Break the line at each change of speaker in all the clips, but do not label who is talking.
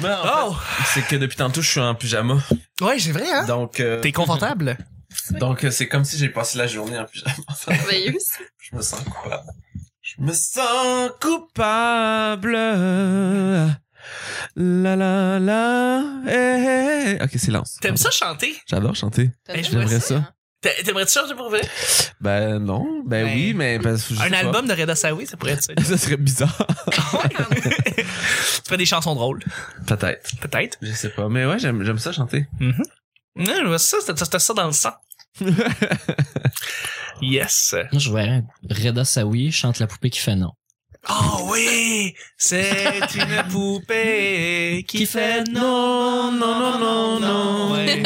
Mais en fait,
Oh!
c'est que depuis tantôt, je suis en pyjama.
Oh!
Ouais, c'est vrai, hein?
Donc, euh,
T'es confortable?
donc euh, c'est comme si j'ai passé la journée en pyjama.
merveilleux. ça.
Je me sens coupable. Je me sens coupable. La la la. eh, eh, eh. Ok, silence.
T'aimes ça chanter?
J'adore chanter.
T'as
Eh,
bien
j'aimerais
aimé
ça.
hein?
T'a- T'aimerais-tu chanter pour vrai?
Ben non, ben
Ben,
oui, mais parce que je sais
Un
pas.
album de Reda Sawi, ça pourrait être ça.
Ça serait bizarre.
tu fais des chansons drôles,
Peut-être.
peut-être.
Je sais pas. Mais ouais, j'aime j'aime ça chanter.
Non, je vois ça, c'était c'était ça dans le sang. yes.
Moi, je verrais Reda Sawi chante la poupée qui fait non.
Oh oui! C'est une poupée qui fait non, non, non, non, non. Ouais.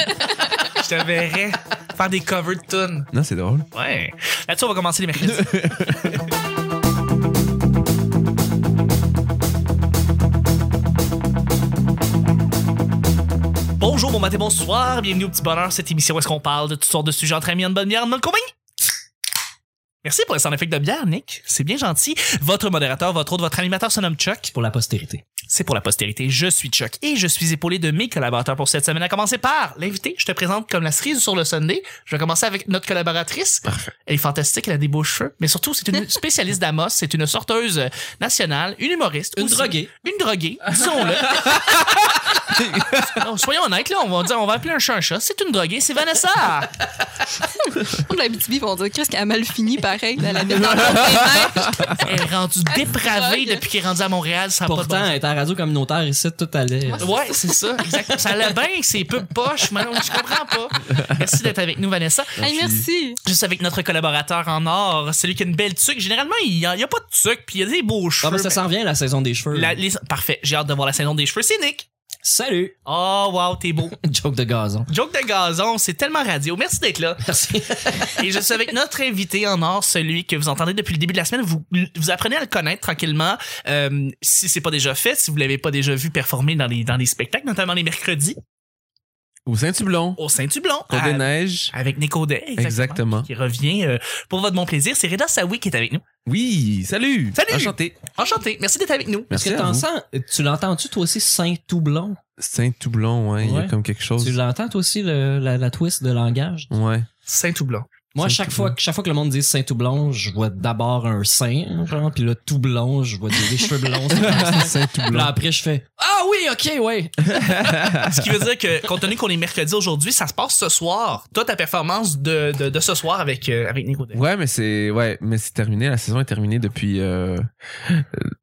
Je te verrais faire des covers de tunes.
Non, c'est drôle.
Ouais. Là-dessus, on va commencer les mercredis. Bonjour, bon matin, bonsoir. Bienvenue au Petit Bonheur, cette émission où est-ce qu'on parle de toutes sortes de sujets entre amis, en bonne bière, en bonne compagnie. Merci pour le sound effect de bière, Nick. C'est bien gentil. Votre modérateur, votre autre, votre animateur se nomme Chuck.
Pour la postérité.
C'est pour la postérité. Je suis Chuck et je suis épaulé de mes collaborateurs pour cette semaine, à commencer par l'invité. Je te présente comme la cerise sur le Sunday. Je vais commencer avec notre collaboratrice.
Parfait.
Elle est fantastique, elle a des beaux cheveux, mais surtout, c'est une spécialiste d'Amos, c'est une sorteuse nationale, une humoriste.
Une
aussi.
droguée.
Une droguée, disons-le. Non, soyons honnêtes, là, on va dire, on va appeler un chat un chat. C'est une droguée, c'est Vanessa.
Pour la BTB, ils vont dire qu'est-ce qu'elle a mal fini, pareil, dans la mettre dans le mains.
Elle est rendue dépravée
drogue.
depuis qu'elle est rendue à Montréal, ça a pas de bon
Pourtant, elle est à la radio communautaire ici, tout allait.
Moi,
Ouais, c'est ça, exactement. Ça allait bien, c'est peu poche, mais non, je comprends pas. Merci d'être avec nous, Vanessa.
Hey, merci.
Juste avec notre collaborateur en or, celui qui a une belle tuque. Généralement, il n'y a, il y a pas de tuque, puis il y a des beaux
Ah,
cheveux.
ben, ça s'en vient, la saison des cheveux.
mais la- les- Parfait, j'ai hâte de voir la saison des cheveux. C'est Nick.
Salut!
Oh, wow, t'es beau.
Joke de gazon.
Joke de gazon, c'est tellement radio. Merci d'être là.
Merci.
Et je suis avec notre invité en or, celui que vous entendez depuis le début de la semaine. Vous, vous apprenez à le connaître tranquillement. Euh, si c'est pas déjà fait, si vous l'avez pas déjà vu performer dans les, dans les spectacles, notamment les mercredis,
Au Saint-Tublon,
au Saint-Tublon.
Côte
à-
des Neiges.
Avec Nico Day, Ah, exactement,
Exactement.
Qui revient euh, pour votre bon plaisir. C'est Reda Sawi qui est avec nous.
Oui, salut.
Salut.
Enchanté.
Enchanté. Merci d'être avec nous.
Est-ce
Merci
que
à
t'en
vous.
sens, tu l'entends-tu toi aussi Saint-Toublon?
Saint-Toublon, ouais, il y a
Ouais.
comme quelque chose.
Tu l'entends toi aussi le- la, la twist de langage?
Ouais.
Saint-Toublon.
Moi, chaque
Saint-Toublon.
fois, que- chaque fois que le monde dit Saint-Toublon, je vois d'abord un saint, genre, puis là, tout blond, je vois des, des cheveux blonds. c'est comme ça. Puis là,
Saint-Toublon.
après, je fais Ah oui, ok, ouais!
Ah, Ce qui veut dire que, compte tenu qu'on est mercredi aujourd'hui, ça se passe ce soir. Toi, ta performance de, de, de ce soir avec, euh, avec Nico Day.
Ouais, mais c'est ouais, mais c'est terminé. La saison est terminée depuis euh, euh,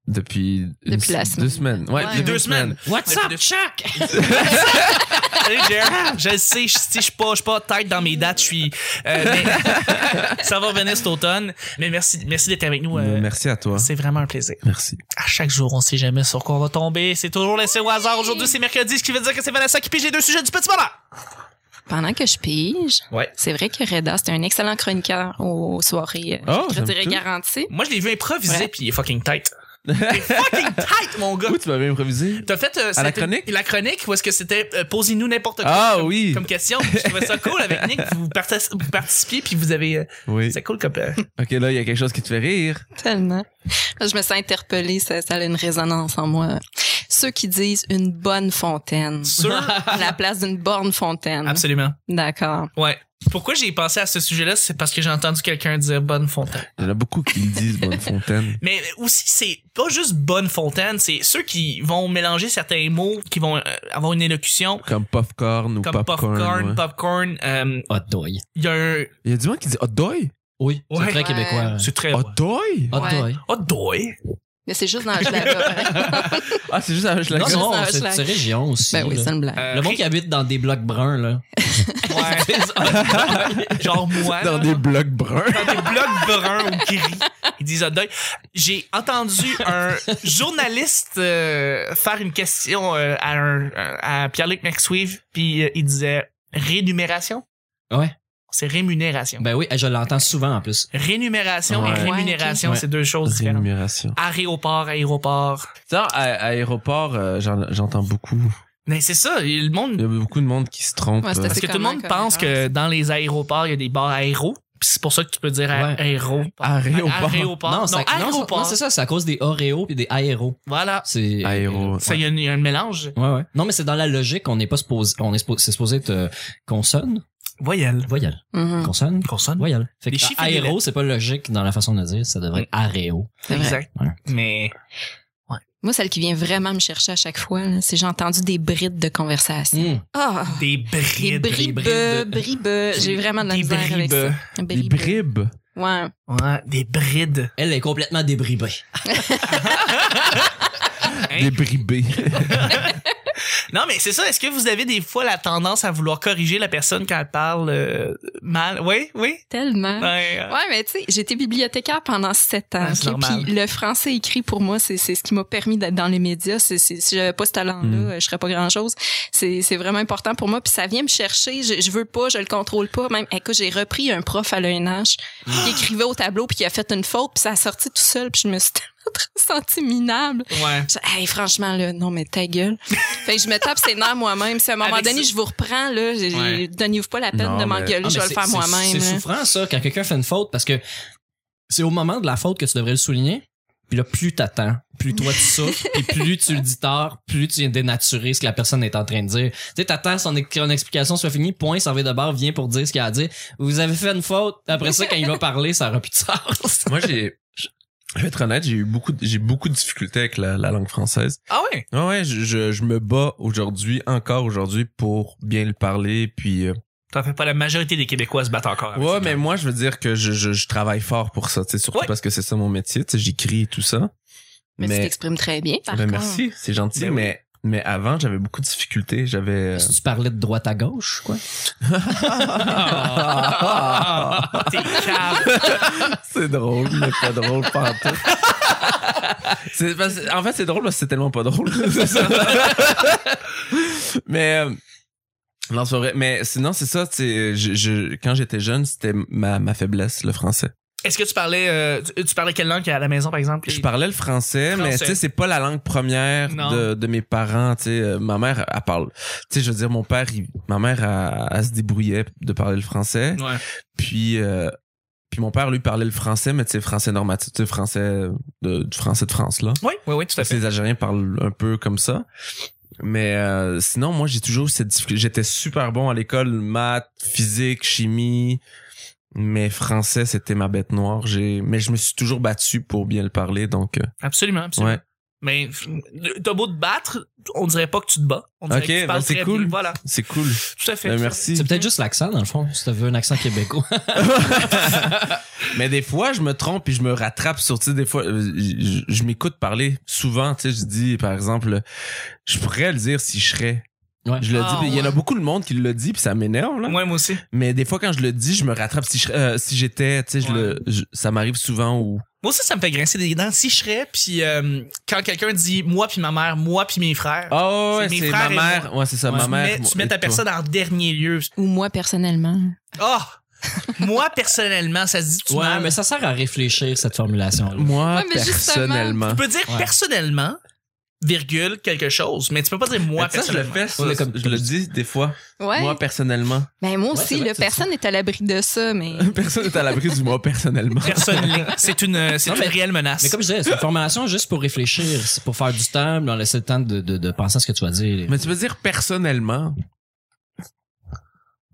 depuis une-
Depuis la semaine.
deux semaines. Ouais,
Ouais.
depuis deux semaines.
What's
Depuis
up,
deux-
Chuck?
Salut, Jer. Je le sais, je je suis pas, je suis pas tête dans mes dates, je suis. euh, mais- ça va revenir cet automne. Mais merci, merci d'être avec nous. euh,
Merci à toi.
c'est vraiment un plaisir.
Merci.
À chaque jour, on sait jamais sur quoi on va tomber. C'est toujours laissé au hasard. Aujourd'hui, c'est mercredi, ce qui veut dire que c'est Vanessa qui pige les deux sujets du petit bonheur.
Pendant que je pige,
Ouais.
c'est vrai que Reda, c'est un excellent chroniqueur aux soirées. euh,
Oh,
je
j'aime
dirais
tout.
garanti.
Moi, je l'ai vu improviser,
Ouais.
puis il est fucking tight. Il est fucking tight, mon gars.
Où tu m'avais improvisé
T'as fait euh,
la
c'était-
chronique?
la chronique ou est-ce que c'était euh, posez-nous n'importe quoi
Ah
comme,
oui.
comme question Je trouvais ça cool avec Nick. Vous, partic- vous participiez puis vous avez. euh,
Oui.
c'est cool comme. euh,
OK, là, il y a quelque chose qui te fait rire.
Tellement. Je me sens interpellée, ça, ça a une résonance en moi. Ceux qui disent une bonne fontaine
sûr.
à la place d'une borne fontaine.
Absolument.
D'accord.
Ouais. Pourquoi j'ai pensé à ce sujet-là, c'est parce que j'ai entendu quelqu'un dire bonne fontaine.
Il y en a beaucoup qui le disent, Bonne Fontaine.
Mais aussi, c'est pas juste bonne fontaine, c'est ceux qui vont mélanger certains mots, qui vont euh, avoir une élocution
Comme popcorn ou
comme
popcorn.
popcorn,
ouais.
popcorn. euh,
Hot doy.
Il y a un.
Il y a du monde qui dit hot doy.
Oui, c'est
Ouais.
très québécois.
C'est très.
Hot doy?
Hot
Ouais.
doy.
Oh, doy.
Mais c'est juste dans le blague.
Ah, c'est juste un
Non,
c'est
non,
juste un
c'est
slack.
c'est région aussi.
ben oui,
là.
c'est une blague.
Euh,
le monde qui habite dans des blocs bruns, là.
Eh Ouais. Genre moi.
Dans
là.
des blocs bruns.
dans des blocs bruns ou gris. Ils disent hot dog. J'ai entendu un journaliste euh, faire une question euh, à, un- à Pierre-Luc McSweeve, puis euh, il disait rémunération.
Ouais.
C'est rémunération.
Ben oui, je l'entends souvent en plus.
Rémunération
Ouais.
et rémunération,
Ouais, ok.
c'est deux choses différentes.
Rémunération.
Aéroport, aéroport.
Ça, à, à aéroport, euh, j'en- j'entends beaucoup.
Mais c'est ça, le
Il y
monde.
a beaucoup de monde qui se trompe.
Ouais, c'est
euh,
Parce
assez-
que tout le
comment
monde
comme
pense que dans les aéroports, il y a des bars aéro. Puis c'est pour ça que tu peux dire a-
Ouais.
aéroport.
Ah. Aéroport.
Aéroport. Non,
c'est-
aéroport.
non, c'est ça, c'est à cause des Oreos et des aéros.
Voilà.
C'est
Aéro.
Ça, il y a un- il y, a un mélange.
Ouais, ouais. Non, mais c'est dans la logique, on n'est pas supposé, on est supposé, c'est supposé être euh, consonne,
Voyelle.
voyelle,
Mhm,
consonne,
Consonne.
voyelle. Fait
Mm. Des
que
chiffres et des Mm.
aéro, c'est pas logique dans la façon de le dire, ça devrait être aréo.
c'est vrai.
Exact.
Ouais.
Mais
Moi, celle qui vient vraiment me chercher à chaque fois, là, c'est j'ai entendu des brides de
Mm.
conversation.
Mm.
Ah!
des brides.
Des bribes,
brides.
bribes. J'ai vraiment de la
Des
misère avec ça.
bribes.
Les bribes.
Ouais.
Ouais, des brides.
Elle est complètement débribée.
Hein?
Des bribés.
Non, mais c'est ça. Est-ce que vous avez des fois la tendance à vouloir corriger la personne quand elle parle euh, mal? Oui, oui.
Tellement.
Ouais, euh,
Ouais, mais tu sais, j'étais bibliothécaire pendant sept ans.
Ah, c'est
ok?
normal.
Puis le français écrit pour moi, c'est c'est ce qui m'a permis d'être dans les médias. C'est c'est- si j'avais pas ce talent-là,
Hmm.
Mm.
euh, je serais pas grand-chose. C'est c'est vraiment important pour moi. Puis ça vient me chercher. Je, je veux pas, je le contrôle pas. Même, écoute, j'ai repris un prof à l'ENH
Ah.
qui écrivait au tableau puis qui a fait une faute puis ça a sorti tout seul puis je me suis tellement sentie minable.
euh, ouais.
Je- Hey, franchement, là, non, mais ta gueule. fait que je me tape ses nerfs moi-même. Si à un moment
Avec
donné,
ce-
je vous reprends, là, j'ai-
Ouais.
donnez-vous pas la peine
Non, mais-
de m'engueuler,
Ah,
je
mais
vais le
c'est-
faire
c'est-
moi-même.
C'est
là.
souffrant, ça, quand quelqu'un fait une faute, parce que c'est au moment de la faute que tu devrais le souligner. Puis là, plus t'attends, plus toi tu souffres, puis plus tu le dis tard, plus tu viens dénaturer ce que la personne est en train de dire. Tu sais, t'attends son, ex- son explication soit finie, point, s'en va de barre, vient pour dire ce qu'il a à dire. Vous avez fait une faute. Après ça, quand il va parler, ça aura plus de sens.
Moi, j'ai. Je vais être honnête, j'ai eu beaucoup, de- j'ai beaucoup de difficultés avec la, la langue française.
Ah ouais.
Ouais, ouais, je, je, je me bats aujourd'hui, encore aujourd'hui, pour bien le parler, puis. euh,
T'en fais pas la majorité des Québécois se battent encore. avec
ouais,
ça.
mais moi, je veux dire que je, je, je travaille fort pour ça, tu sais, surtout
Ouais.
parce que c'est ça mon métier, tu sais, j'écris et tout ça.
Mais, tu t'exprimes très bien, par
ben,
contre.
merci, c'est gentil,
Ben oui.
mais mais avant, j'avais beaucoup de difficultés, j'avais. euh,
Si tu parlais de droite à gauche, quoi.
Ah, T'es cave.
c'est drôle, mais pas drôle pantoute. C'est parce- en fait, c'est drôle parce que c'est tellement pas drôle. C'est ça. mais euh, non, c'est vrai. Mais sinon, c'est ça. tu sais, Je, je, quand j'étais jeune, c'était ma, ma faiblesse, le français.
Est-ce que tu parlais, euh, tu, tu parlais quelle langue à la maison, par exemple?
Je parlais le français, mais
Français.
tu sais, c'est pas la langue première
Non.
de, de mes parents. Tu sais, Euh, ma mère, elle parle. Tu sais, je veux dire, mon père, il- ma mère, elle, elle se débrouillait de parler le français.
Ouais.
Puis, euh, puis mon père, lui, parlait le français, mais tu sais, français normatif, tu sais, français de, du français de France, là.
Oui, oui, oui, tout à
Parce que
fait.
les Algériens parlent un peu comme ça. Mais euh, sinon, moi, j'ai toujours eu cette difficulté. J'étais super bon à l'école, maths, physique, chimie. Mais français, c'était ma bête noire. J'ai, mais je me suis toujours battu pour bien le parler, donc euh,
Absolument, absolument.
ouais,
Mais f- t'as beau te battre, on dirait pas que tu te bats. On dirait
Ok,
que tu parles
ben c'est
très
cool.
bien. Voilà,
c'est cool.
tout à fait.
Ben,
tout à
merci.
Mhm.
C'est peut-être juste l'accent, dans le fond, si t'avais un accent québécois.
Mais des fois, je me trompe et je me rattrape sur, tu sais, des fois, euh, je, je m'écoute parler souvent, tu sais, je dis, par exemple, je pourrais le dire si je serais.
Ouais.
Je le
Ah,
dis, puis il y en a
ouais.
beaucoup de monde qui le dit, puis ça m'énerve, là.
fait. Ouais, moi aussi.
Mais des fois, quand je le dis, je me rattrape si je, serais- euh, si j'étais, tu sais, je
Ouais.
le, je- ça m'arrive souvent où.
Moi aussi, ça me fait grincer des dents. Si je serais, puis euh, quand quelqu'un dit moi puis ma mère, moi puis mes frères,
Oh,
Ah,
ouais,
ouais, C'est mes
c'est
c'est
ma
frères ma et mère.
mère. Ouais, c'est ça, ma
Ouais. ma
tu
mère.
mets, tu mets ta personne en dernier lieu.
Ou moi, personnellement.
Ah! moi, personnellement, ça se dit tout
ouais,
mal.
mais ça sert à réfléchir, cette formulation-là.
Moi,
Ouais, mais justement.
personnellement.
Tu peux dire
Ouais.
personnellement, virgule, quelque chose, mais tu peux pas dire moi
Mais tu sais, je le
personnellement.
fais, ça,
Ouais, comme-
je le dis des fois.
Ouais.
Moi, personnellement.
ben, moi
Ouais, c'est
aussi,
vrai
là,
que c'est
personne n'est à l'abri de ça, mais.
Personne n'est à l'abri du moi, personnellement.
Personnellement. C'est une, euh, c'est
Non,
une
mais-
réelle menace.
Mais comme je disais, c'est une formation juste pour réfléchir, c'est pour faire du temps, leur laisser le temps de, de, de penser à ce que tu vas dire.
Mais tu peux dire personnellement.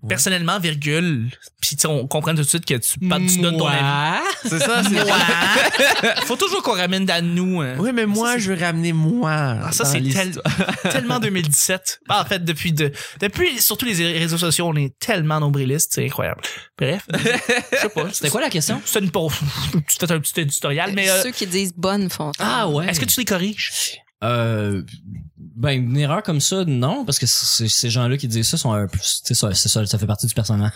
personnellement, virgule, puis tu sais, on comprend tout de suite que tu, tu donnes ton avis.
C'est ça, c'est
Moi. Faut toujours qu'on ramène à nous. hein.
Oui, mais moi, je veux ramener moi.
Ah, ça,
dans
c'est
l'histoire.
tel- tellement 2017. Ah, en fait, depuis, de, depuis surtout les réseaux sociaux, on est tellement nombrilistes, c'est incroyable. Bref, je sais pas.
C'était quoi la question?
C'est une pause. C'était un petit éditorial, mais euh, Ah.
Ceux qui disent bonne fontaine.
ouais.
est-ce que tu les corriges?
Euh, ben, une erreur comme ça, non, parce que c'est- ces gens-là qui disent ça sont un peu, tu sais, ça, c'est ça, ça fait partie du personnage.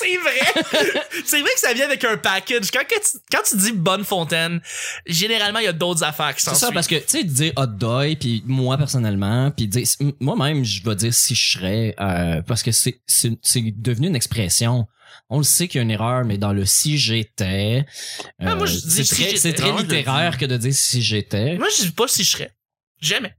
C'est vrai. C'est vrai que ça vient avec un package. Quand, que tu, quand tu dis bonne fontaine, généralement, il y a d'autres affaires qui
C'est
s'en
ça, parce que, tu sais, dire hot dog, puis moi, personnellement, puis dire, moi-même, je vais dire si je serais, euh, parce que c'est, c'est, c'est devenu une expression. On le sait qu'il y a une erreur, mais dans le si j'étais, euh,
Ah, moi, je dis
c'est
si
très,
j'étais.
c'est très
Ah, je le dis.
littéraire que de dire si j'étais.
Moi, je sais pas si je serais. Jamais.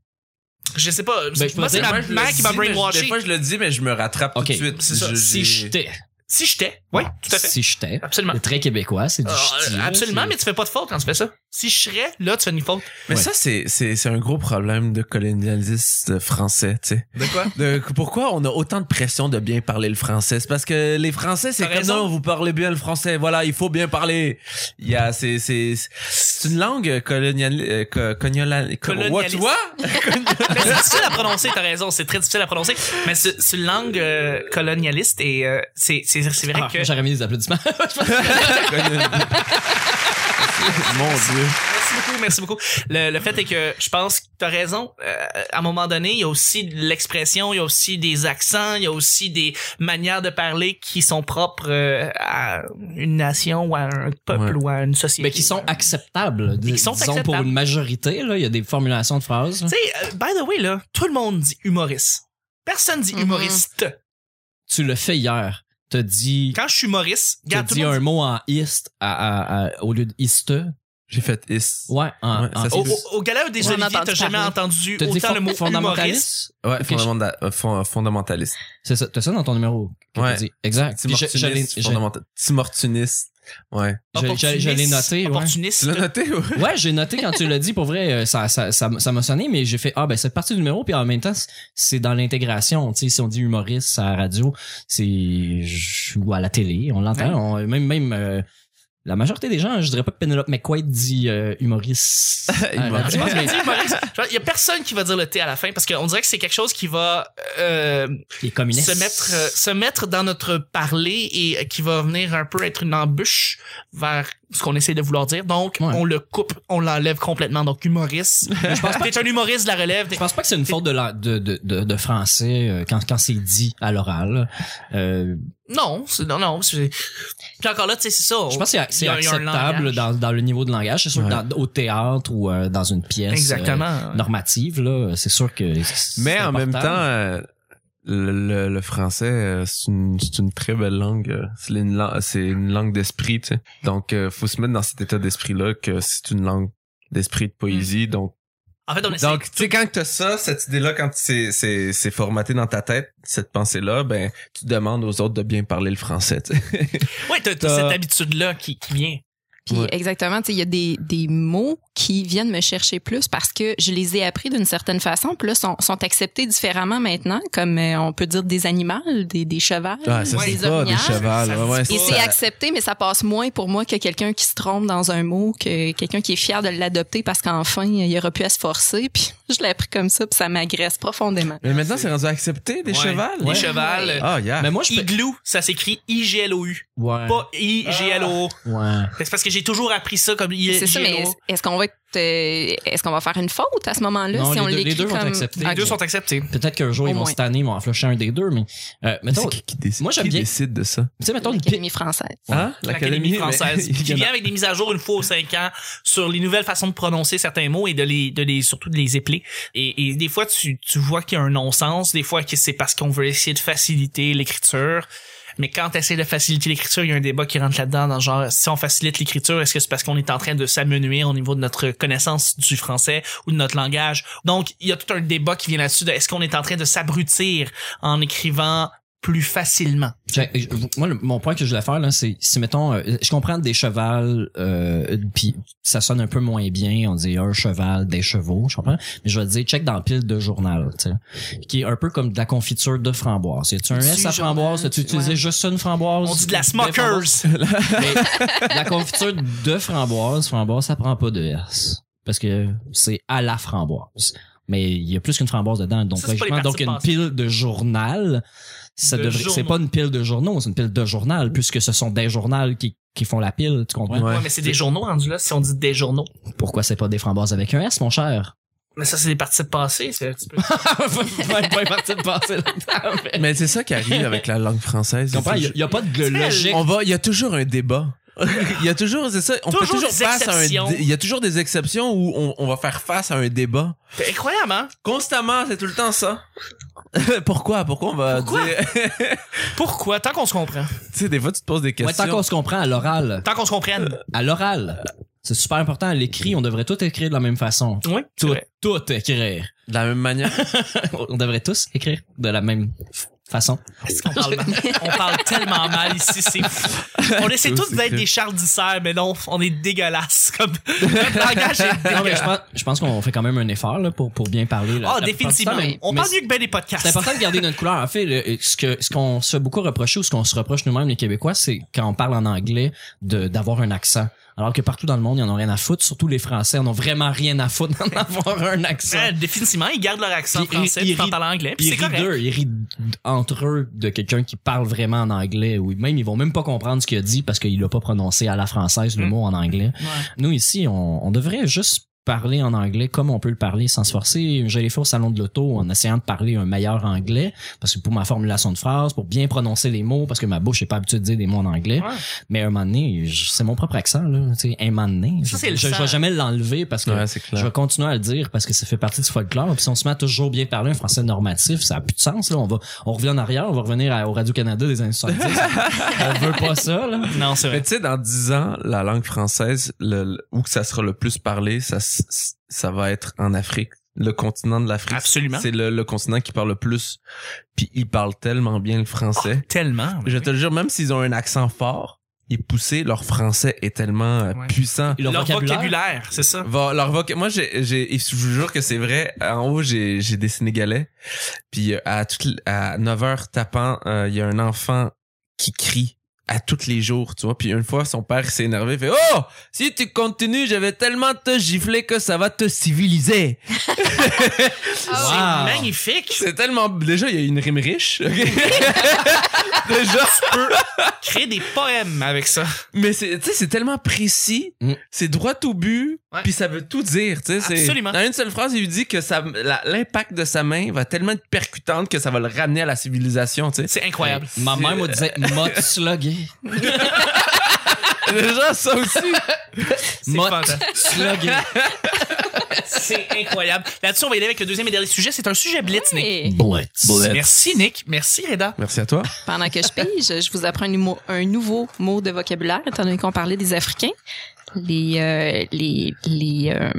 Je sais pas.
Ben, je peux
moi, c'est
dire,
ma
Moi, je le
mère qui m'a
dis, mais je- Des
brainwashé.
fois, je le dis, mais je me rattrape
Ok,
tout de suite.
c'est ça.
Je-
Si
j'ai-
j'étais.
Si j'étais, oui, tout à fait.
Ah, Si j'étais.
Absolument.
C'est très québécois, c'est du
Euh,
ch'ti, là,
absolument,
c'est-
mais tu fais pas de faute quand tu fais ça. Si je serais, là, tu fais une faute.
Mais
Ouais.
ça, c'est, c'est, c'est un gros problème de colonialiste français, tu sais.
De quoi?
De- pourquoi on a autant de pression de bien parler le français? C'est parce que les Français, c'est
T'as
comme
raison.
non, vous parlez bien le français. Voilà, il faut bien parler. Il y a, c'est, c'est, c'est une langue coloniale, euh, co- coloniale- co- Ouais,
Colonialiste.
tu vois?
Mais c'est difficile à prononcer, t'as raison, c'est très difficile à prononcer. Mais c'est c'est une langue euh, colonialiste et euh, c'est c'est- c'est vrai
Ah,
que...
J'aurais mis des applaudissements.
Mon dieu.
Merci beaucoup, merci beaucoup. Le, le fait est que je pense que t'as raison. Euh, à un moment donné, il y a aussi de l'expression, il y a aussi des accents, il y a aussi des manières de parler qui sont propres euh, à une nation ou à un peuple ou à une société.
mais qui sont acceptables. Dis-
qui sont
disons, pour
acceptables.
une majorité, là, il y a des formulations de phrases.
Tu sais, euh, by the way, là, tout le monde dit humoriste. Personne dit
Mhm.
humoriste.
Tu le fais hier. T'as dit,
Quand je suis humoriste,
t'as
regarde, tout
dit
le monde
un mot en ist à- à- à- au lieu de iste.
J'ai fait is.
Ouais, en,
Ouais, ça,
en
c'est
Au,
ist.
juste-
au, au gala des
J'en ai
Oliviers,
entendu
t'as jamais
parler.
entendu
T'as dit
autant le mot humoriste.
fondamentaliste?
Ouais,
Ok,
fondamenta- euh, fond- fondamentaliste.
C'est ça, t'as ça dans ton numéro. que t'as
Ouais.
dit. Exact. Puis je- je l'ai-
Timortuniste.
je-
fondamenta- Timortuniste. Ouais.
je- je- je l'ai noté, ouais.
Opportuniste.
Tu l'as noté, ouais?
Ouais, j'ai noté quand tu l'as dit, pour vrai, euh, ça, ça, ça, ça m'a sonné, mais j'ai fait, ah, ben, c'est partie du numéro, puis en même temps, c'est dans l'intégration, tu sais, si on dit humoriste à la radio, c'est, je- ou à la télé, on l'entend, on- même, même, euh, la majorité des gens, je dirais pas que Penelope McQuaid dit euh, humoriste. à la radio,
Humoriste.
mais
Il y a personne qui va dire le T à la fin parce qu'on dirait que c'est quelque chose qui va euh,
qui est communiste.
se mettre euh, se mettre dans notre parler et euh, qui va venir un peu être une embûche vers ce qu'on essaie de vouloir dire. Donc
Ouais.
on le coupe, on l'enlève complètement. Donc humoriste. Je pense que t'es un humoriste de la relève.
Je pense pas que c'est une faute de, la- de, de, de, de français euh, quand, quand c'est dit à l'oral. Euh,
Non, c'est- non, non. c'est- Puis encore là, tu sais, c'est ça.
je pense que c'est- c'est
Oh, Il y a- il y a un
acceptable
langage.
dans, dans le niveau de langage. C'est sûr que
Ouais.
dans- au théâtre ou euh, dans une pièce. euh,
Exactement.
normative là c'est sûr que c'est
Mais en
important.
même temps, euh, le, le- le français, euh, c'est une, c'est une très belle langue. euh, C'est une, lang- c'est une langue d'esprit, tu sais. Donc, euh, faut se mettre dans cet état d'esprit-là que c'est une langue d'esprit de poésie. Donc,
En fait, on essaie.
donc tu sais, quand t'as ça, cette idée-là, quand c'est, c'est, c'est formaté dans ta tête, cette pensée-là, ben, tu demandes aux autres de bien parler le français, tu sais.
Ouais, t'as t'as
t'as-
cette habitude-là qui, qui vient.
Puis
Ouais.
exactement, tu sais, il y a des, des mots qui viennent me chercher plus parce que je les ai appris d'une certaine façon, puis là, sont, sont acceptés différemment maintenant, comme euh, on peut dire des animaux, des, des chevals,
Ah,
ça,
des
c'est
orignales.
chevals, ouais, ouais,
Et
Ça-
c'est accepté, mais ça passe moins pour moi que quelqu'un qui se trompe dans un mot, que quelqu'un qui est fier de l'adopter parce qu'enfin, il aura pu à se forcer. Puis je l'ai appris comme ça, puis ça m'agresse profondément.
Mais maintenant, c'est rendu accepté, des
Ouais.
chevals?
Les
Ouais.
chevals. euh,
Ah, yeah.
mais moi je peux...
Igloo, ça s'écrit I-G-L-O-U.
ouais
Pas I-G-L-O.
ouais
C'est parce que j'ai toujours appris ça comme I-G-L-O.
C'est ça, mais est-ce qu'on va être, euh, est-ce qu'on va faire une faute à ce moment-là
Non,
si
les
on
deux- les
l'écrit
deux vont
comme
accepter.
Les
Ok.
deux sont acceptés.
peut-être qu'un jour
Au
ils vont
moins.
se tanner ils vont en flusher un des deux mais euh, mettons
C'est
tu
qui, qui décide,
Moi, j'aime
qui
bien-
décide de ça?
sais mettons une pi-
L'Académie française.
Hein?
L'Académie
mais-
française.
il y
qui
en a-
vient avec des mises à jour une fois aux cinq ans sur les nouvelles façons de prononcer certains mots et de les, de les, surtout de les épeler. Et, et des fois, tu, tu vois qu'il y a un non-sens. Des fois, que c'est parce qu'on veut essayer de faciliter l'écriture. Mais quand tu essaies de faciliter l'écriture, il y a un débat qui rentre là-dedans dans le genre, si on facilite l'écriture, est-ce que c'est parce qu'on est en train de s'amenuire au niveau de notre connaissance du français ou de notre langage? Donc, il y a tout un débat qui vient là-dessus de est-ce qu'on est en train de s'abrutir en écrivant plus facilement?
j'ai- ben, je- moi le- mon point que je voulais faire là c'est si mettons euh, je comprends des chevals euh, puis ça sonne un peu moins bien on dit un cheval des chevaux je comprends mais je vais te dire check dans pile de journal tu sais qui est un peu comme de la confiture de framboise c'est un
Du
S à
journal,
framboise tu utilisais
ouais.
juste ça, une framboise
On dit de la
Des framboises?
smokers!
Mais la confiture de framboise, framboise, ça prend pas de S. Parce que c'est à la framboise. Mais il y a plus qu'une framboise dedans. Donc,
Ça, c'est pas les
logiquement, donc
parties
une
passées.
pile de journal, ça
De
devrait, c'est
journaux. Mm.
pas une pile de journaux, c'est une pile de journal, puisque ce sont des journaux qui, qui font la pile. Tu comprends?
Ouais, mais c'est des journaux rendus là, si on dit des journaux.
Pourquoi c'est pas des framboises avec un S, mon cher?
Mais ça, c'est des parties de passé. C'est un petit peu...
Pas une partie de passer là-dedans, mais-
Mais c'est ça qui arrive avec la langue française.
Tu comprends? Il y a- il y a pas de logique.
On va, il y a toujours un débat. Il y a toujours, c'est ça, on
Toujours
fait toujours
des
face à un,
exceptions.
dé- il y a toujours des exceptions où on, on va faire face à un débat.
C'est incroyable, hein?
Constamment, c'est tout le temps ça. Pourquoi? Pourquoi on va
Pourquoi?
dire-
Pourquoi? Tant qu'on se comprend.
tu sais, des fois, tu te poses des
Ouais, tant
questions.
qu'on se comprend à l'oral.
Tant qu'on se comprenne.
à l'oral. C'est super important. À l'écrit, on devrait tout écrire de la même façon.
Oui, c'est
Tout,
vrai.
tout écrire.
de la même manière.
on devrait tous écrire de la même façon.
Est-ce qu'on parle mal? On parle tellement mal ici, c'est fou. On essaie
Tout,
tous
c'est
d'être
que-
des Charles Dissert, mais non, on est dégueulasse. Comme... Notre langage est
Non, mais
dégueulasse.
je pense, je pense qu'on fait quand même un effort là, pour, pour bien parler. là,
Ah,
la plupart du
définitivement.
temps, mais-
on
mais
parle mieux que bien des podcasts.
C'est important de garder notre couleur. En fait, le- ce que ce qu'on se fait beaucoup reprocher ou ce qu'on se reproche nous-mêmes les Québécois, c'est quand on parle en anglais de d'avoir un accent. Alors que partout dans le monde, ils en ont rien à foutre. Surtout les Français, ils en ont vraiment rien à foutre d'en avoir un accent.
Ouais, définitivement, ils gardent leur accent
Puis,
français,
ils-
puis
ils
ils en
rient-
parlent anglais, puis
Ils
c'est
rient
correct.
d'eux, ils rient d- entre eux de quelqu'un qui parle vraiment en anglais ou même ils vont même pas comprendre ce qu'il a dit parce qu'il l'a pas prononcé à la française le
Mm.
mot en anglais. Nous ici, on, on devrait juste parler en anglais comme on peut le parler sans se forcer. J'allais faire au salon de l'auto en essayant de parler un meilleur anglais parce que pour ma formulation de phrase, pour bien prononcer les mots parce que ma bouche est pas habituée de dire des mots en anglais.
Ouais.
Mais un moment donné, je- c'est mon propre accent là, tu sais, un moment donné.
Ça, c'est le
je, je
sang.
vais jamais l'enlever parce que
Ouais, c'est
je vais
clair.
continuer à le dire parce que ça fait partie du folklore. Puis si on se met à toujours bien parler un français normatif, ça a plus de sens. Là. On, va, on revient en arrière, on va revenir à- au Radio-Canada des années 70. on veut pas ça. Là.
Non, c'est
Mais
vrai.
tu sais, dans 10 ans, la langue française, le, le- où que ça sera le plus parlé, ça, s- ça va être en Afrique. Le continent de l'Afrique.
Absolument.
C'est le, le continent qui parle le plus. Puis ils parlent tellement bien le
Oh,
français.
Tellement.
Je te le jure, même s'ils ont un accent fort, ils poussent, leur français est tellement euh,
Ouais.
puissant.
Et
Leur, vocabulaire, c'est ça.
Va- leur voc- Moi, j'ai, j'ai- je vous jure que c'est vrai. En haut, j'ai, j'ai des Sénégalais. Puis euh, à, toute l- à 9 h tapant, euh, il y a un enfant qui crie à tous les jours, tu vois. Puis une fois, son père s'est énervé, il fait « Oh! Si tu continues, je vais tellement te gifler que ça va te civiliser!
Wow.
Magnifique. »
C'est tellement... Déjà, il y a une rime riche. ok? Déjà,
Créer des poèmes avec ça.
Mais c'est, tu sais, c'est tellement précis,
Mm.
c'est droit au but,
Ouais.
puis ça veut tout dire, tu sais. c'est-
Absolument.
Dans une seule phrase, il lui dit que ça, la- l'impact de sa main va tellement être percutante que ça va le ramener à la civilisation, tu sais.
C'est incroyable.
Ma mère me disait « mot slogué
Déjà, ça aussi. ».
C'est
Mot
fantastique.
slogué.
C'est incroyable. Là-dessus, on va y aller avec le deuxième et dernier sujet. C'est un sujet blitz, Nick.
Hey.
Blitz.
Merci, Nick. Merci, Reda.
Merci à toi.
Pendant que je pige, je vous apprends un, humo- un nouveau mot de vocabulaire, étant donné qu'on parlait des Africains, les, euh, les, les euh,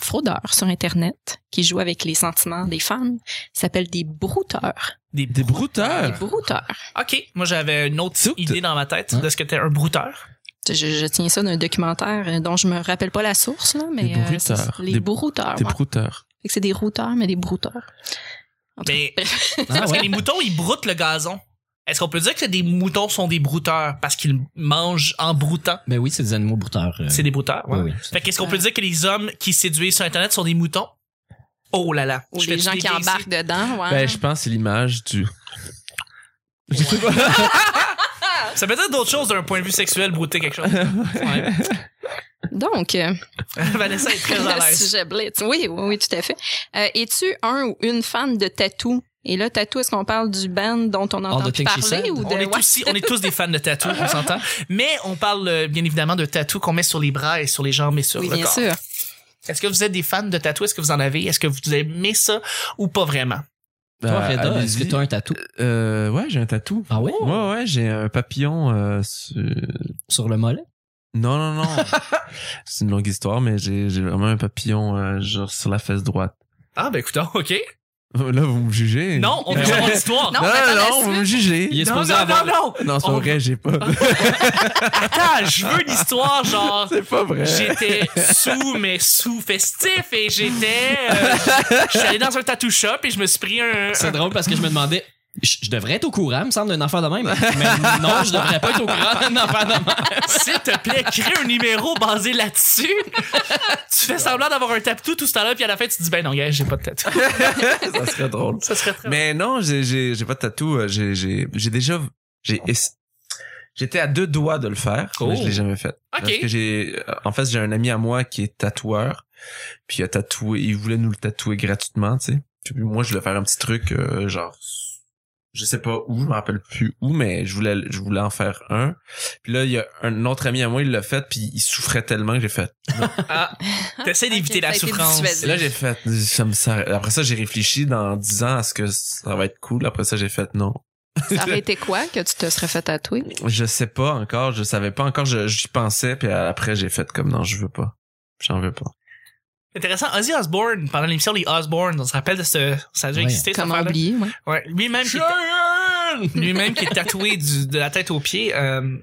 fraudeurs sur Internet qui jouent avec les sentiments des femmes s'appellent des brouteurs.
Des
Des
Des
brouteurs.
brouteurs.
OK. Moi, j'avais une autre
C'est où que
idée dans ma tête
Hein?
de ce que t'es un brouteur.
Je, je tiens ça d'un documentaire euh, dont je me rappelle pas la source, là, mais
Des
euh,
brouteurs.
c'est- les
Des-
brouteurs.
Des
ouais.
brouteurs.
Fait que C'est des routeurs, mais des brouteurs. En tout
Mais
cas,
Ah
parce que
ouais.
les moutons, ils broutent le gazon. Est-ce qu'on peut dire que des moutons sont des brouteurs parce qu'ils mangent en broutant?
Ben oui, c'est des animaux brouteurs. euh,
C'est des brouteurs. ouais.
oui, oui.
Fait qu'est-ce qu'on peut
Euh.
dire que les hommes qui séduisent sur Internet sont des moutons? Oh là là.
Ou
Je
les
fais
gens
des
qui
bêtises.
embarquent dedans,
Ah.
ouais.
Ben, je pense que c'est l'image du... Je sais pas.
Ça peut dire d'autres choses d'un point de vue sexuel, brouter quelque chose. Ouais.
Donc, euh,
Vanessa est très à
le
l'aise.
sujet blitz. Oui, oui, oui, tout à fait. Euh, Es-tu un ou une fan de Tattoo? Et là, Tattoo, est-ce qu'on parle du band dont on entend
the
plus
thing she
parler
said.
ou de...
On est,
ouais.
tous, on est tous des fans de tatou, on s'entend. Mais on parle euh, bien évidemment de tatou qu'on met sur les bras et sur les jambes et sur
Oui,
le
bien
corps.
sûr.
Est-ce que vous êtes des fans de tatou? Est-ce que vous en avez? Est-ce que vous aimez ça ou pas vraiment?
Toi,
Euh,
Reda, est-ce que
allez-y.
t'as un tatou?
Euh, ouais, j'ai un tatou.
Ah ouais?
Oh.
Ouais, ouais, j'ai un papillon euh, sur-
Sur le mollet?
Non, non, non. c'est une longue histoire, mais j'ai j'ai vraiment un papillon euh, genre sur la fesse droite.
Ah, ben écoute, OK.
Là, vous me jugez.
Non, on veut
non,
savoir l'histoire.
Non,
non,
on attend la
non, vous
suite.
me jugez.
Il est
non,
supposé
non,
avoir-
non, non.
Non, c'est
On-
pas vrai, j'ai pas.
Attends, je veux une histoire genre...
c'est pas vrai.
J'étais sous, mais sous festif et j'étais... euh, je suis allé dans un tattoo shop et je me suis pris un...
C'est drôle parce que je me demandais... Je je devrais être au courant, me semble, d'un affaire de même. Mais non, je devrais pas être au courant d'un affaire de même.
S'il te plaît, crée un numéro basé là-dessus. tu fais semblant d'avoir un tatou tout ce temps-là, puis à la fin, tu te dis, ben non, gars, j'ai pas de tatou.
ça serait drôle.
Ça serait très
Mais non, j'ai- j'ai j'ai pas de tatou. euh, J'ai j'ai- j'ai déjà. j'ai ess- J'étais à deux doigts de le faire,
Oh.
mais je l'ai jamais fait.
Ok.
Parce que j'ai, euh, en fait, j'ai un ami à moi qui est tatoueur, puis il a tatoué, il voulait nous le tatouer gratuitement, tu sais. Puis moi, je voulais faire un petit truc, euh, genre, je sais pas où, je me rappelle plus où, mais je voulais, je voulais en faire un. Puis là, il y a un autre ami à moi, il l'a fait, puis il souffrait tellement que j'ai fait.
Ah, t'essaies d'éviter
Ok,
la
ça a été
souffrance.
dissuasif.
Et là, j'ai fait, ça me sert. Après ça, j'ai réfléchi dans 10 ans à ce que ça va être cool. Après ça, j'ai fait non.
Ça aurait été quoi que tu te serais fait tatouer?
Je sais pas encore, je savais pas encore, je- j'y pensais, puis après, j'ai fait comme non, je veux pas. J'en veux pas.
Intéressant, Ozzy Osbourne, pendant l'émission Les Osbournes, on se rappelle de ce. Ça a dû
Ouais.
exister, ça
Comment oublier? ouais.
Ouais. Lui-même. qui était-
fun!
lui-même qui est tatoué du- de la tête aux pieds, euh,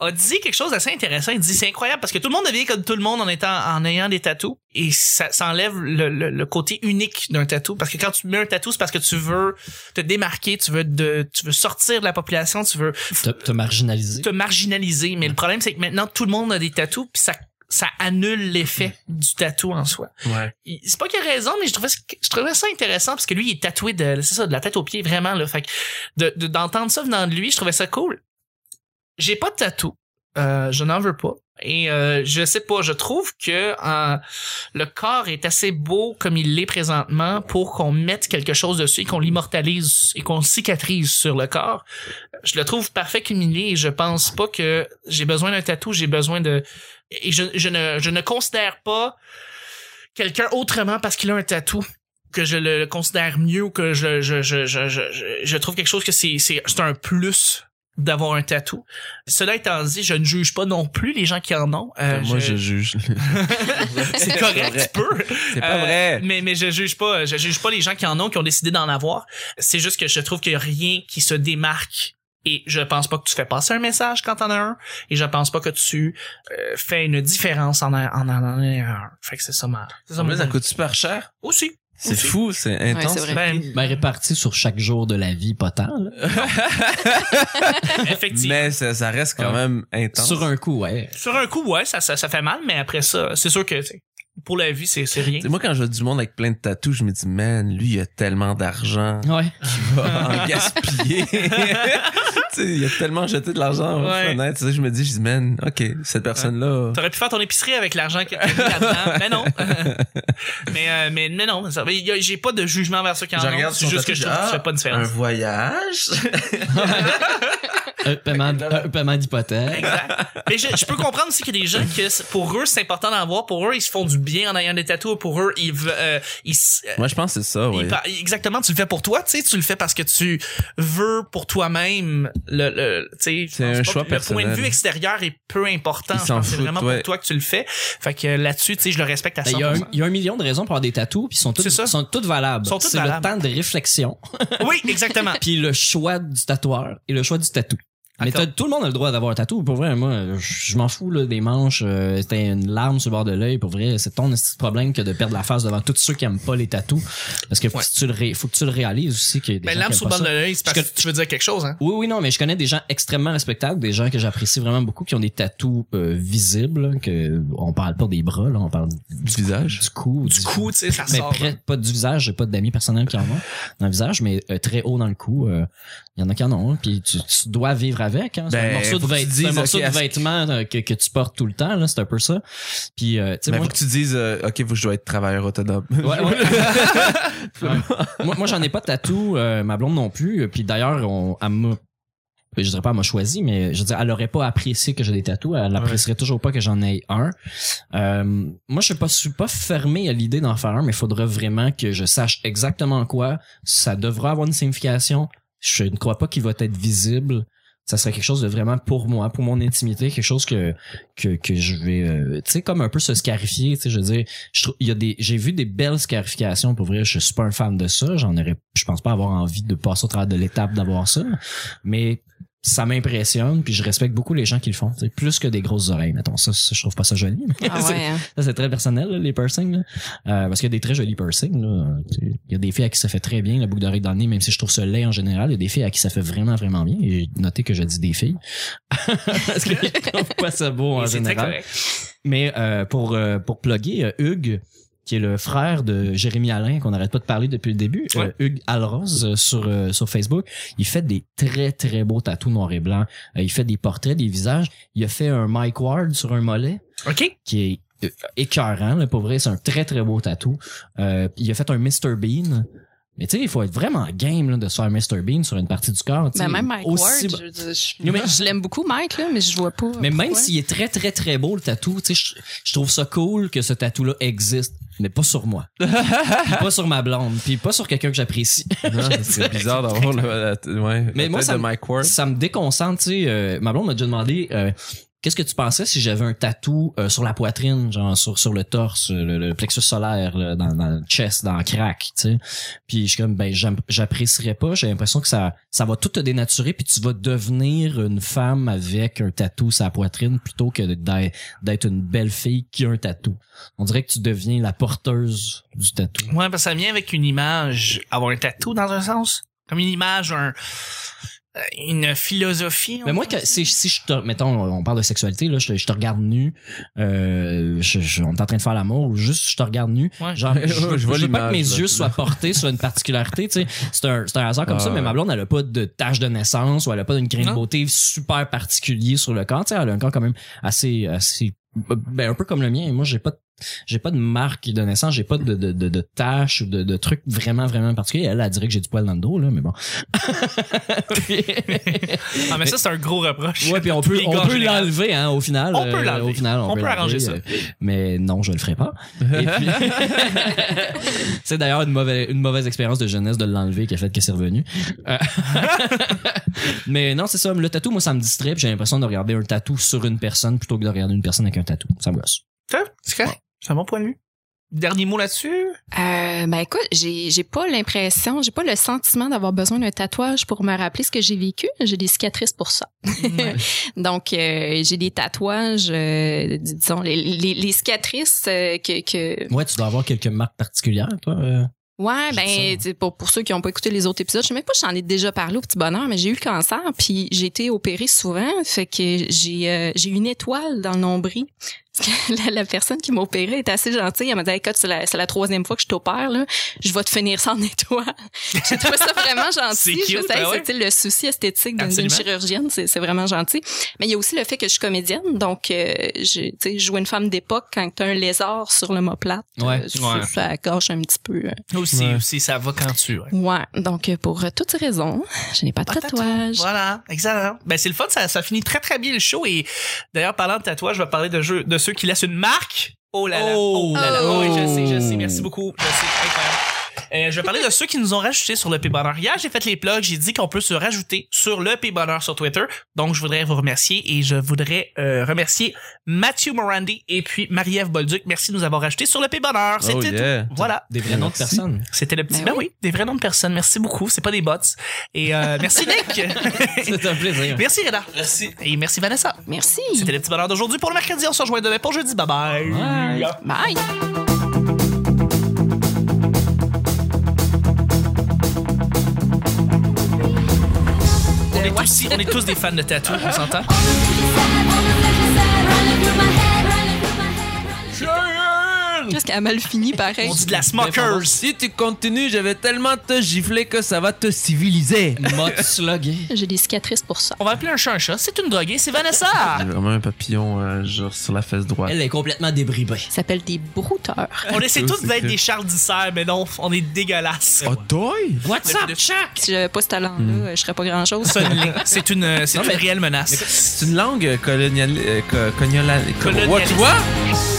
a dit quelque chose d'assez intéressant. Il dit c'est incroyable parce que tout le monde devient comme tout le monde en étant en ayant des tatous et ça s'enlève le, le- le côté unique d'un tatou parce que quand tu mets un tatou c'est parce que tu veux te démarquer, tu veux de, tu veux sortir de la population, tu veux
T'as t'as marginalisé.
te marginaliser. Mais le problème c'est que maintenant tout le monde a des tatous puis ça ça annule l'effet du tatou en soi.
Ouais.
Il- c'est pas qu'il a raison mais je trouvais ce- je trouvais ça intéressant parce que lui il est tatoué de c'est ça de la tête aux pieds vraiment là fait que de de- d'entendre ça venant de lui je trouvais ça cool j'ai pas de tatou Euh, je n'en veux pas et euh, je sais pas je trouve que euh, le corps est assez beau comme il l'est présentement pour qu'on mette quelque chose dessus et qu'on l'immortalise et qu'on cicatrise sur le corps je le trouve parfait cumulé et je pense pas que j'ai besoin d'un tatou j'ai besoin de et je, je ne je ne considère pas quelqu'un autrement parce qu'il a un tatou que je le considère mieux ou que je je je je je, je- je trouve quelque chose que c'est c'est c'est un plus d'avoir un tatou. Cela étant dit, je ne juge pas non plus les gens qui en ont. Euh,
Ben, Moi,
je-
je juge.
c'est
C'est vrai.
correct, tu peux.
C'est pas
Euh,
vrai.
Mais mais je juge pas, je juge pas les gens qui en ont qui ont décidé d'en avoir. C'est juste que je trouve qu'il y a rien qui se démarque et je pense pas que tu fais passer un message quand t'en as un et je pense pas que tu euh, fais une différence en en en, en, en un. Fait que c'est ça ma c'est ça
Mais
mon
ça coûte super cher.
aussi.
C'est
Aussi.
fou, c'est intense.
c'est vrai.
Ben,
Ben, réparti sur chaque jour de la vie, pas tant. là.
effectivement.
mais ça, ça reste quand
Ouais.
même intense.
Sur un coup, ouais.
Sur un coup, ouais, ça, ça, ça fait mal, mais après ça, c'est sûr que tu sais, pour la vie, c'est c'est rien.
Tu sais, moi, quand je vois du monde avec plein de tatous, je me dis, man, lui, il a tellement d'argent.
Ouais.
en gaspiller. tu sais, il a tellement jeté de l'argent aux
Ouais.
fenêtres. C'est ça que je me dis, je dis, man, OK, cette personne-là.
T'aurais pu faire ton épicerie avec l'argent que t'as mis là-dedans, mais non. mais, euh, mais, mais non, ça- mais y a- j'ai pas de jugement vers ceux qui en ont. C'est
son
juste que je
tatou,
trouve que
ah,
tu fais pas de différence.
voyage.
Un paiement,
Euh,
un paiement d'hypothèque.
mais je, je peux comprendre aussi qu'il y a des gens que c'est- pour eux, c'est important d'en voir. Pour eux, ils se font du bien en ayant des tatouages. Pour eux, ils, ve- euh, ils, s- euh,
Moi, je pense que c'est ça,
ils
ouais.
par- exactement, tu le fais pour toi, tu sais, tu le fais parce que tu veux pour toi-même le, le tu sais, je
C'est
pense
un
pas
choix
que le point
personnel.
de vue extérieur est peu important.
Ils
Je
s'en
pense que c'est
foutent,
vraiment
ouais.
pour toi que tu le fais. Fait que là-dessus, tu sais, je le respecte à
Ben, Il y, a
100%.
un- il y a un million de raisons pour avoir des tatous, puis ils sont toutes,
C'est ça.
sont toutes valables.
Sont toutes
C'est le
valables.
temps de réflexion,
Oui, exactement. Ben,
puis le choix du tatoueur et le choix du tatou. Mais
D'accord.
t'as- tout le monde a le droit d'avoir un tatou. Pour vrai, moi, je je m'en fous là, des manches. euh, C'était une larme sur le bord de l'œil. Pour vrai, c'est ton esti de problème que de perdre la face devant tous ceux qui aiment pas les tatous. Parce que faut,
Ouais.
que, tu le ré- faut que tu le réalises aussi qu'il y a des
Ben,
gens
l'âme
qui
sur
aiment
le
pas
bord de
ça.
l'œil, c'est parce
Parce
que tu veux dire quelque chose, hein?
Oui, oui, non, mais je connais des gens extrêmement respectables, des gens que j'apprécie vraiment beaucoup, qui ont des tatous euh, visibles, là, que on parle pas des bras, là, on parle
Du visage.
du cou,
Du coup, tu sais, ça
mais
sort.
près,
hein.
pas du visage, j'ai pas d'amis personnels qui en ont dans le visage, mais euh, très haut dans le cou. euh, Il y en a qui en ont, hein, puis tu, tu dois vivre avec. Hein, c'est
Ben,
un morceau de,
faut que tu
vêt-
te
c'est un
dises,
morceau
ok,
de
est-ce que-
vêtement euh, que, que tu portes tout le temps, là, c'est un peu ça. Puis, euh, tu sais,
Mais
moi,
faut que tu dises, euh, OK, faut que je dois être travailleur autonome.
Ouais, ouais. Ouais. Moi, moi, j'en ai pas de tatou, euh, ma blonde non plus. Euh, Puis d'ailleurs, on, elle m'a, je dirais pas elle m'a choisi, mais je veux dire, elle aurait pas apprécié que j'ai des tatous. Elle apprécierait toujours pas que j'en ai un. Euh, moi, je suis pas, je suis pas fermé à l'idée d'en faire un, mais il faudra vraiment que je sache exactement en quoi. Ça devra avoir une signification. Je ne crois pas qu'il va être visible. Ça serait quelque chose de vraiment pour moi, pour mon intimité, quelque chose que que, que je vais, euh, tu sais, comme un peu se scarifier. Tu sais, je veux dire, je trouve- il y a des j'ai vu des belles scarifications pour vrai je suis pas un fan de ça j'en aurais je pense pas avoir envie de passer au travers de l'étape d'avoir ça mais ça m'impressionne puis je respecte beaucoup les gens qui le font tu sais, plus que des grosses oreilles mettons ça, ça, je trouve pas ça joli mais
Ah ouais, hein.
ça c'est très personnel là, les piercings là. Euh, parce qu'il y a des très jolis piercings là Tu sais, il y a des filles à qui ça fait très bien la boucle d'oreille dans le nez même si je trouve ça laid en général il y a des filles à qui ça fait vraiment vraiment bien et notez que je dis des filles parce que je trouve pas ça beau en
Et c'est très
général
correct.
mais euh, pour euh, pour plugger euh, Hugues qui est le frère de Jérémy Alain qu'on n'arrête pas de parler depuis le début, euh,
Ouais.
Hugues Alroz euh, sur euh, sur Facebook, il fait des très très beaux tatous noir et blanc. Euh, il fait des portraits, des visages. Il a fait un Mike Ward sur un mollet
OK?
qui est euh, écœurant. Là, pour vrai, c'est un très très beau tatou. Euh, il a fait un Mr Bean. Mais tu sais, il faut être vraiment game là, de se faire Mr Bean sur une partie du corps. tu sais.
Ben, même Mike
Aussi
Ward,
bon-
je, veux dire, je-
Non, mais-
je l'aime beaucoup, Mike, là, mais je vois pas.
Mais même
pourquoi.
s'il est très, très, très beau, le tatou, tu sais, je, je trouve ça cool que ce tatou-là existe, mais pas sur moi. Puis pas sur ma blonde, puis pas sur quelqu'un que j'apprécie.
Non, c'est bizarre d'avoir le, la- ouais,
Mais
la
moi,
tête
ça
de
me-
Mike Ward.
Ça me déconcentre, tu sais. euh, ma blonde m'a déjà demandé, euh, Qu'est-ce que tu pensais si j'avais un tatou euh, sur la poitrine, genre sur sur le torse, euh, le, le plexus solaire, là, dans, dans le chest, dans le crack, tu sais Puis je suis comme ben j'aime- j'apprécierais pas. J'ai l'impression que ça ça va tout te dénaturer, puis tu vas devenir une femme avec un tatou sur la poitrine plutôt que d'être d'être une belle fille qui a un tatou. On dirait que tu deviens la porteuse du tatou.
Ouais, parce que ça vient avec une image, avoir un tatou dans un sens. Comme une image, un, euh, une philosophie.
Mais
on
moi,
dirait.
que, si, si je te, mettons, on parle de sexualité, là, je, te- je te regarde nu, euh, je, je- on est en train de faire l'amour, ou juste je te regarde nu,
Ouais.
genre, je, veux-
Je vois
je veux pas
l'image,
que mes
là,
yeux
tu
soient portés sur une particularité, tu sais. C'est un, c'est un hasard comme
Ah,
ça, mais
ouais.
ma blonde, elle a pas de tache de naissance, ou elle a pas une graine de
Non.
beauté super particulier sur le corps, tu sais. Elle a un corps quand même assez, assez, ben, un peu comme le mien. Moi, j'ai pas de- j'ai pas de marque de naissance, j'ai pas de, de, de, de taches ou de, de trucs vraiment, vraiment particuliers. Elle, elle dirait que j'ai du poil dans le dos, là, mais bon.
Ah, mais ça, c'est un gros reproche.
Ouais, puis on peut,
les gars
on
en
peut
général.
l'enlever, hein, au final.
On peut
euh,
l'enlever.
Au final, on,
On peut arranger
l'enlever, euh, Mais non, je le ferai pas. Et puis- c'est d'ailleurs une mauvaise, une mauvaise expérience de jeunesse de l'enlever qui a fait que c'est revenu. Euh, mais non, c'est ça. Le tatou, moi, ça me distrait. puis J'ai l'impression de regarder un tatou sur une personne plutôt que de regarder une personne avec un tatou. Ça me gosse.
C'est correct. C'est un bon point de vue. Dernier mot là-dessus?
Euh, ben écoute, j'ai j'ai pas l'impression, j'ai pas le sentiment d'avoir besoin d'un tatouage pour me rappeler ce que j'ai vécu. J'ai des cicatrices pour ça. Donc euh, j'ai des tatouages, euh, dis- disons les, les, les cicatrices euh, que, que
Ouais, tu dois avoir quelques marques particulières, toi. euh.
Ouais,
Je dis ça.
ben tu sais, pour, pour ceux qui n'ont pas écouté les autres épisodes, je sais même pas si j'en ai déjà parlé au petit bonheur, mais j'ai eu le cancer puis j'ai été opérée souvent, fait que j'ai euh, j'ai une étoile dans le nombril. Parce que la, la personne qui m'a opérée est assez gentille, elle m'a dit écoute, c'est la, c'est la troisième fois que je t'opère là, je vais te finir sans étoile. j'ai trouvé ça vraiment
C'est
gentil,
cute,
je sais
ben ouais.
c'était le souci esthétique d'une- d'une
Absolument.
chirurgienne, c'est c'est vraiment gentil. Mais il y a aussi le fait que je suis comédienne, donc euh, je tu sais, je joue une femme d'époque quand tu as un lézard sur l'omoplate, euh,
Ouais,
ouais.
ça, ça gâche un petit peu. euh,
Aussi,
Ouais.
aussi, ça va quand tu, ouais.
Ouais, donc euh, pour euh, toutes ces raisons, je n'ai pas de
Pas de
tatouage.
Voilà, excellent. Ben c'est le fun, ça, ça finit très très bien le show et d'ailleurs parlant de tatouage, je vais parler de, jeu, de ceux qui laissent une marque. Oh là là, oh,
Oh.
là là, Oh, oui, je sais, je sais,
Oh.
merci beaucoup, je sais, incroyable. Euh, je vais parler de ceux qui nous ont rajouté sur le P Bonheur. Hier, j'ai fait les plugs, j'ai dit qu'on peut se rajouter sur le P Bonheur sur Twitter. Donc, je voudrais vous remercier et je voudrais euh, remercier Mathieu Morandi et puis Marie-Ève Bolduc. Merci de nous avoir rajouté sur le P Bonheur. C'était
Oh
tout.
yeah.
Voilà.
Des vrais noms de
Merci.
personnes.
C'était le petit.
Ben
Ben
oui.
oui, des vrais noms de personnes. Merci beaucoup. C'est pas des bots. Et euh, merci Nick.
C'est un plaisir.
merci Reda. Merci. Et merci Vanessa.
Merci.
C'était le petit bonheur d'aujourd'hui pour le mercredi. On se rejoint demain pour jeudi. Bye bye.
Bye.
Bye.
On est, tous, on est tous des fans de tatou, on s'entend?
Qu'est-ce qu'elle a mal fini, pareil?
On dit de la smokers.
Si tu continues, je vais tellement te gifler que ça va te civiliser.
M'a slogué.
J'ai des cicatrices pour ça.
On va appeler un chat un chat. C'est une droguée, c'est Vanessa.
J'ai vraiment un papillon euh, genre sur la fesse droite.
Elle est complètement débridée.
Ça s'appelle des brouteurs.
on essaie
Ça,
tous
c'est
d'être
cool.
des chardissères, mais non, on est dégueulasses.
Oh, doy!
What's up, Chuck?
Si j'avais pas ce talent-là,
Hmm.
euh, je serais pas grand-chose.
C'est une, c'est une, c'est une réelle menace.
C'est une langue coloniale. Euh, co- cognola- co-
Colonialiste.
What, what?